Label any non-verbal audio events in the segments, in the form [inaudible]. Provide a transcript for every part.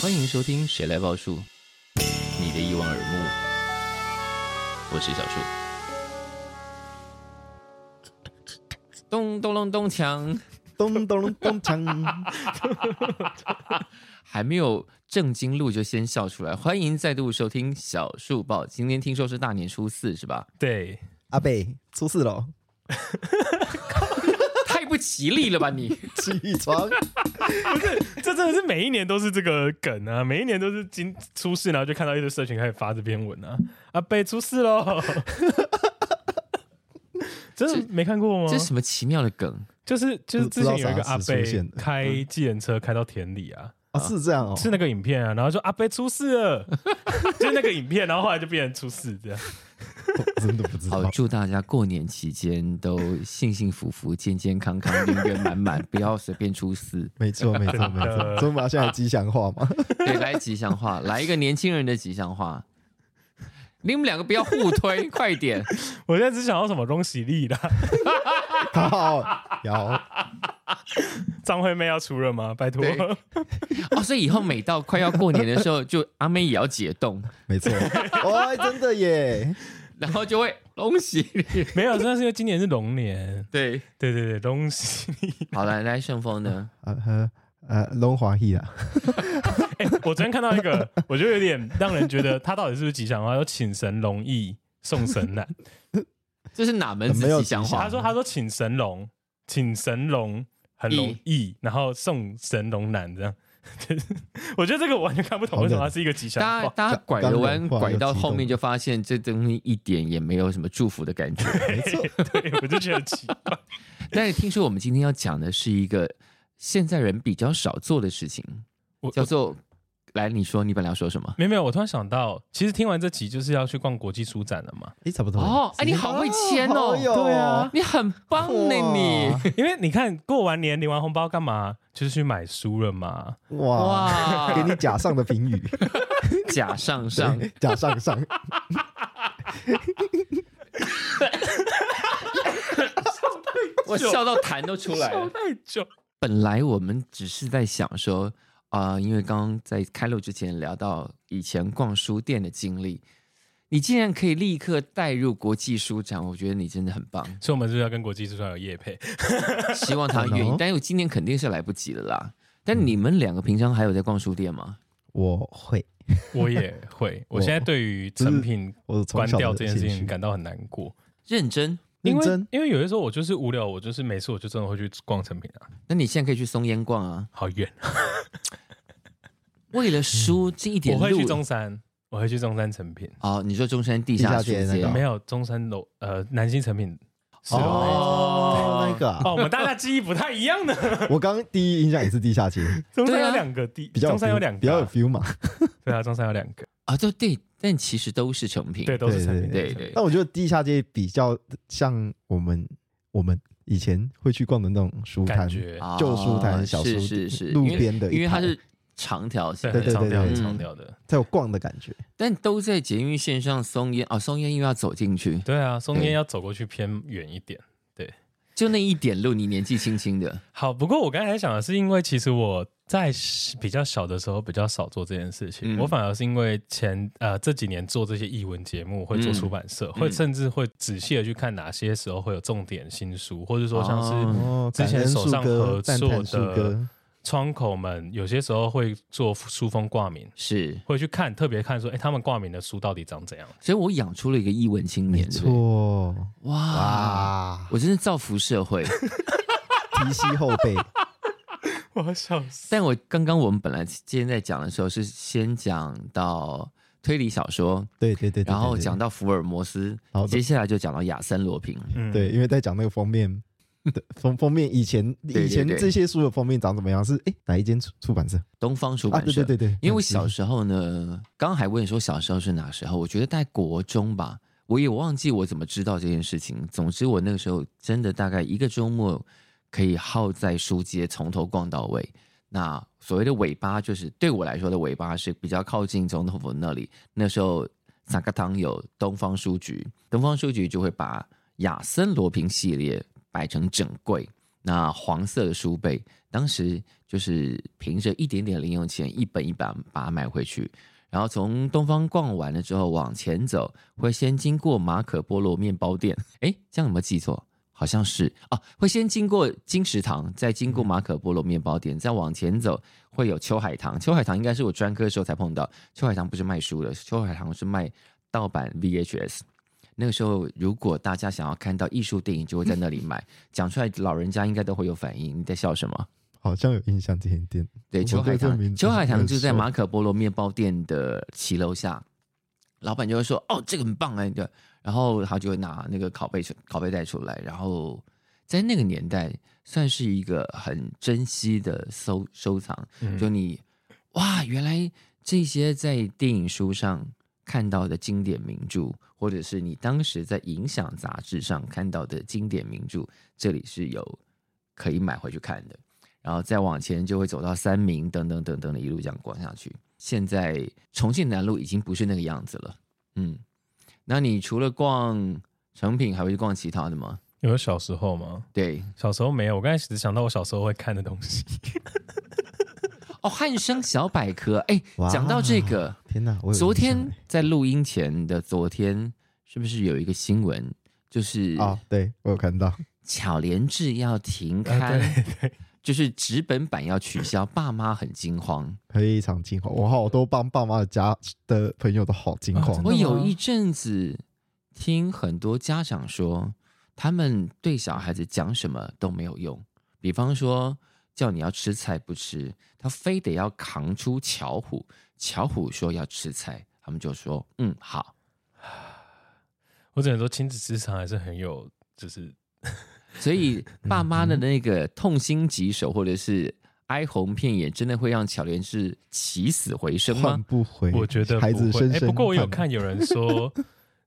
欢迎收听《谁来报数》，你的一望而目，我是小树。咚咚隆咚锵，咚咚隆咚锵！ [laughs] 还没有正经录就先笑出来。欢迎再度收听小树报，今天听说是大年初四是吧？对，阿贝出事了，太不吉利了吧 [laughs] 你！起床！ [laughs] 这真的是每一年都是这个梗啊，每一年都是今出事，然后就看到一堆社群开始发这篇文啊，阿贝出事喽！ [laughs] 真的没看过吗？这是什么奇妙的梗？就是就是之前有一个阿不知道啥时出贝现的嗯开计程车开到田里啊，啊，是这样哦，是那个影片啊，然后说阿贝出事了， [laughs] 就是那个影片，然后后来就变成出事这样。我真的不知好，道。祝大家过年期间都幸幸福福、健健康康、圆圆满满，不要随便出事。没错，没错，没错。所以我们要现在吉祥话嘛， [laughs] 对，来吉祥话，来一个年轻人的吉祥话。你们两个不要互推，快点！我现在只想要什么恭喜利啦，好，有张惠妹要出了吗？拜托，对哦，所以以后每到快要过年的时候，就阿妹也要解冻，没错。哇，真的耶！然后就会恭喜你。 [laughs] 没有，真的是因为今年是龙年，对，对对对，恭 [laughs] 喜你。好了，来顺丰呢？呃呃，龙华裔啦， [laughs] 哎、我昨天看到一个，我就有点让人觉得他到底是不是吉祥话？要请神容易送神 [laughs] 难。这是哪门子没有吉祥吉祥话他？说他说请神容，请神容很容易，然后送神容难这样。 [laughs] 就是我觉得这个我完全看不懂，好为冷什么它是一个吉祥大家话？大家拐刚着刚弯有话拐有到激后动面，就发现这东西一点也没有什么祝福的 [laughs] 感觉。没错，对，我就觉得奇怪。但是听说我们今天要讲的是一个现在人比较少做的事情， [laughs] 我叫我做……来，你说你本来要说什么？没有没有，我突然想到，其实听完这集就是要去逛国际书展了嘛，哎，差不多。哦，哎，你好会签哦，对啊，你很棒呢，你因为你看过完年领完红包干嘛？就是去买书了嘛。哇，哇，给你假上的评语，假上上，对 [laughs] 假上上， [laughs] 我笑到痰都出来了。太久，本来我们只是在想说，啊、因为刚刚在开录之前聊到以前逛书店的经历，你竟然可以立刻带入国际书展，我觉得你真的很棒。所以我们是不是要跟国际书展有业配。希望他愿 [laughs] 可意能，嗯但是我今年肯定是来不及了啦。但你们两个平常还有在逛书店吗？我会，我也会， [laughs] 我我现在对于成品我从关小掉的这件事兴情趣感到很难过，认真？因认为真因为有的时候我就是无聊，我就是没事我就真的会去逛成品啊，那你现在可以去松烟逛啊。好远，为了书，这一点我会去路中山，我会去中山成品，哦，你说中山地下地下书街那街个没有中山楼呃南京成品是哦哦哦，那个啊哦，，我们大家记忆不太一样呢，我刚刚第一印象也是地下街，中山有两个地，比较中山 feel- 有两比较有个啊， feel 嘛。对啊，中山有两个，啊，对对，但其实都是成品。对，都是成品，对对对，但我觉得地下街比较像我们我们以前会去逛的那种书感摊，觉啊旧书摊小是书是是，路因为边的一因为它排是长条形的，对很对长调对很对长嗯调的，才有逛的感觉。但都在捷运线上松烟哦，松烟又要走进去，对啊，松对烟要走过去偏远一点。就那一点路，你年纪轻轻的，好，不过我刚才想的是，因为其实我在比较小的时候比较少做这件事情，嗯我反而是因为前呃这几年做这些译文节目，会做出版社，嗯会甚至会仔细的去看哪些时候会有重点新书，或者说像哦是哦之前手上合赞作叹树的哥，窗口们，有些时候会做书封挂名，是，会去看特别看说，哎，他们挂名的书到底长怎样？所以我养出了一个艺文青没年，啊对不对错，哇，哇，我真是造福社会。 [laughs] 提膝后背，我笑死！但我刚刚我们本来今天在讲的时候是先讲到。推理小说，对对对对，然后对讲，到福尔摩斯好，的接下来就讲到亚森罗平。嗯，对对，因为在讲那个封面。对封封面以前对以前对这些书的封面长怎么样？是哎哪一间出出版社东方出啊？版对社。对对对，因为我嗯小时候呢，刚刚还问说小时候是哪时候，我觉得在国中吧，我也忘记我怎么知道这件事情。总之，我那个时候真的大概一个周末可以耗在书街从头逛到尾。那所谓的尾巴，就是对我来说的尾巴是比较靠近总统府那里。那时候萨克汤有东方书局，东方书局就会把亚森罗平系列摆成整柜，那黄色的书背，当时就是凭着一点点零用钱，一本一本把它买回去。然后从东方逛完了之后，往前走会先经过马可波罗面包店，诶，这样有没有记错？好像是啊，会先经过金石堂，再经过马可波罗面包店，再往前走会有秋海棠。秋海棠应该是我专科的时候才碰到，秋海棠不是卖书的，秋海棠是卖盗版 VHS。那个时候，如果大家想要看到艺术电影，就会在那里买。讲出来，老人家应该都会有反应。你在笑什么？好像有印象这间店，对，我秋海对这个名棠，字秋海棠就在很熟马可波罗面包店的骑楼下，老板就会说：“哦，这个很棒哎、对。”然后他就会拿那个拷贝出拷贝带出来，然后在那个年代算是一个很珍惜的收收藏，嗯就你哇，原来这些在电影书上看到的经典名著，或者是你当时在影响杂志上看到的经典名著，这里是有可以买回去看的。然后再往前就会走到三明等等等等的一路这样逛下去。现在重庆南路已经不是那个样子了，嗯。那你除了逛成品，还会去逛其他的吗？有小时候吗？对，小时候没有，我刚才只想到我小时候会看的东西。哦，汉生小百科，哎哇，讲到这个，天哪！我有昨印象天在录音前的昨天，是不是有一个新闻，就是哎啊，对我有看到，巧莲智要停啊刊，对对，就是纸本版要取消，爸妈很惊慌。非常惊慌，我好多帮爸妈的家的朋友都好惊啊慌真的我吗有一阵子听很多家长说，他们对小孩子讲什么都没有用，比方说叫你要吃菜不吃，他非得要扛出巧虎，巧虎说要吃菜，他们就说嗯好。我只能说亲子市场还是很有，就是所 [laughs] 以嗯爸妈的那个痛心疾首或者是哀鸿遍野，真的会让巧莲是起死回生换吗？不回。我觉得孩不子会深哎深。不过我有看，有人 [laughs] 说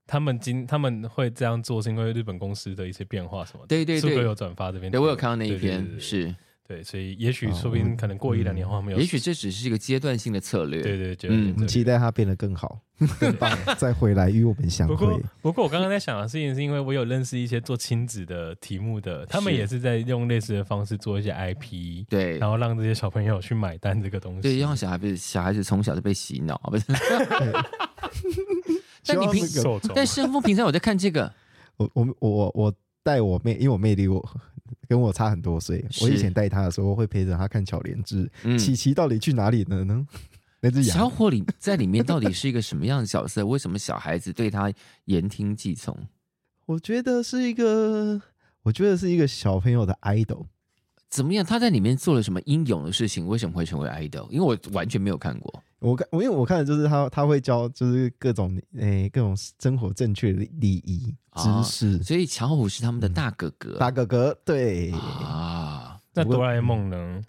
他们今他们会这样做是因为日本公司的一些变化什么的。对对树对哥有转发这边，对，我有看到那一篇，对对对对是，嗯对，所以也许啊说不定我可能过一两年后他们有，也许这只是一个阶段性的策略。对对对，嗯对我们期待他变得更好，对更 [laughs] 棒，再回来与我们相不 [laughs] 过会。，不过我刚刚在想的事情，是因为我有认识一些做亲子的题目的，他们是也是在用类似的方式做一些 IP，对然后让这些小朋友去买单这个东西。对，让小孩子小孩子从小就被洗脑， [laughs] 不是？ [laughs] 但你平希望这个受众，但盛峰平 [laughs] 常有在看这个，我我我我我带我妹，因为我妹离我跟我差很多岁，是我以前带她的时候会陪着她看巧莲智，嗯，琪琪到底去哪里了呢？ [laughs] 那只小羊，伙里在里面到底是一个什么样的角色？为什么小孩子对他言听计从？我觉得是一个，我觉得是一个小朋友的 idol。怎么样？他在里面做了什么英勇的事情？为什么会成为 idol？因为我完全没有看过。我看，我因为我看的就是他，他会教就是各种诶、各种生活正确的礼仪啊知识。所以巧虎是他们的大哥哥，嗯大哥哥，对，啊，那哆啦 A 梦呢？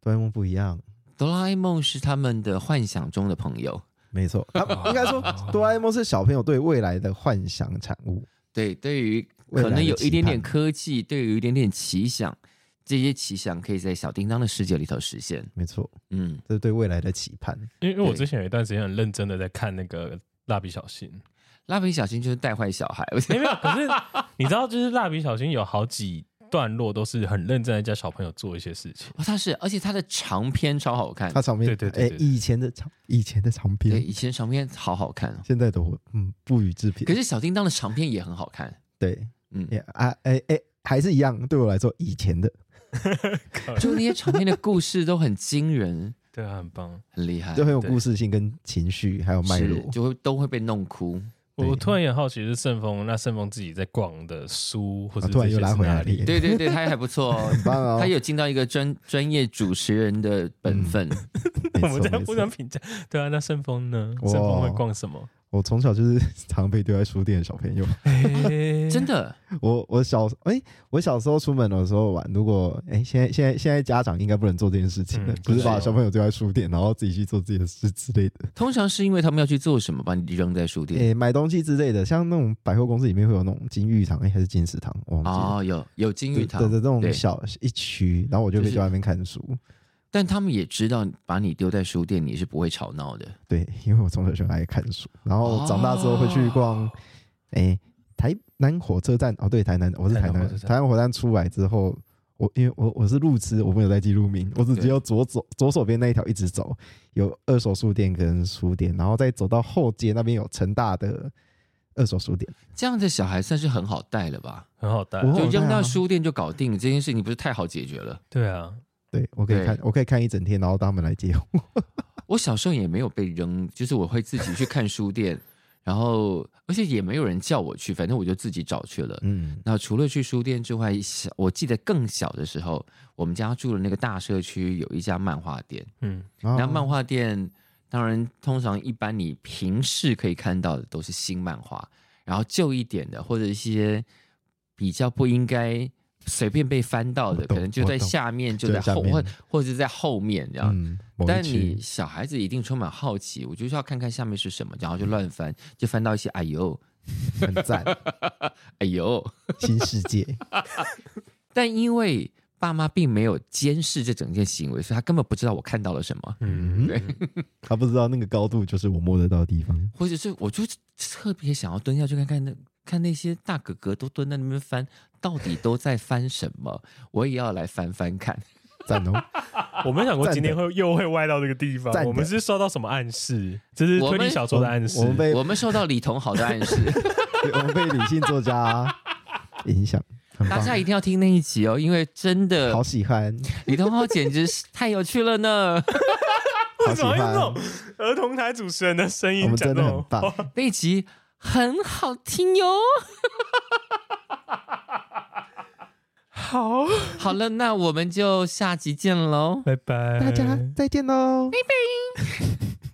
哆啦 A 梦不一样，哆啦 A 梦是他们的幻想中的朋友。没错。啊、应该说，哆啦 A 梦是小朋友对未来的幻想产物。对，对于未可来的能有一点点期盼科技，对于有一点点奇想，这些奇想可以在小叮当的世界里头实现。没错，嗯，这是对未来的期盼。因为因为我对之前有一段时间很认真的在看那个蜡笔小新，蜡笔小新就是带坏小孩， [laughs] 我觉 [laughs] 没得有没有，可 [laughs] 是你知道，就是蜡笔小新有好几段落都是很认真的教小朋友做一些事情。哇哦他是，而且他的长篇超好看他。长篇，对对对诶对对以前的长，以前的长对，篇，以前长篇好好看哦，现在的我，嗯，不予置评。可是小叮当的长篇也很好看。对，嗯，也啊，哎哎，还是一样，对我来说，以前的就那些长篇的故事都很惊人，对啊，很棒。很厉害，就很有对故事性、跟情绪，还有脉哎是络。就会都会被弄哭。我对突然也好奇，是盛峰，那盛峰自己在逛的书，或者啊突然又拉回来哪里了？对对对，他还不错哦，很棒哦嗯他有尽到一个专专业主持人的本分， [laughs] 我没们错在没互错相评价。对啊，那顺丰呢？哇顺丰会逛什 [laughs] 么？我从小就是常被丢在书店的小朋友。真真的我我小哎、我小时候出门的时候玩，如果哎、现在现在现在家长应该不能做这件事情了， [laughs] 嗯不是是把哦小朋友丢在书店，然后自己去做自己的事之类的，通常是因为他们要去做什么，把你扔在书哎、店。买东西之类的，像那种百货公司里面会有那种金玉堂，哎、还是金石堂，我忘记了。哦，有有金对玉堂对，对，这种对小一区，然后我就就会是在外面看书。但他们也知道把你丢在书店，你是不会吵闹的。对，因为我从小就爱看书，然后长大之后会去逛，哎、台南火车站哦，对，台南，我是台台南南火车，站台南火车站出来之后，我因为我我是路痴，我没有在记路名，我只对只有左走左手边那一条一直走，有二手书店跟书店，然后再走到后街那边有成大的二手书店，这样的小孩算是很好带了吧？很好带。我很就好带扔到啊书店就搞定这件事，你不是太好解决 [laughs] 了？对啊，对我可以对看，我可以看一整天，然后他们来接我，我小时候也没有被扔，就是我会自己去看书店，然后而且也没有人叫我去，反正我就自己找去了。嗯，那除了去书店之外，小我记得更小的时候，我们家住的那个大社区有一家漫画店。嗯，然那漫画店当然通常一般你平视可以看到的都是新漫画，然后旧一点的或者一些比较不应该随便被翻到的，我懂可能就在我懂下面，就就在下后面或或者是在后面这样。嗯，某一但区你小孩子一定充满好奇，我就是要看看下面是什么，然后就乱嗯翻，就翻到一些哎呦很赞，哎呦，新世界，但因为爸妈并没有监视这整件行为，所以他根本不知道我看到了什么，嗯，他不知道那个高度就是我摸得到的地方。或者是我就特别想要蹲下去看看那看那些大哥哥都蹲在那边翻，到底都在翻什么，我也要来翻翻看。赞哦！我没 [laughs] 想过今天会又会歪到这个地方赞。的我们是受到什么暗示？这是我推们理小说的暗示我。们被我们受到李同好的暗示，我们被理性作家影响，很大棒，家一定要听那一集哦，因为真的好喜欢，李同好简直是太有趣了呢。好为喜什么用这欢种，儿童台主持人的声我音们讲这真的很种？ [laughs] 棒。那一集很好听哟。好，好了，那我们就下集见喽。拜拜，大家再见喽！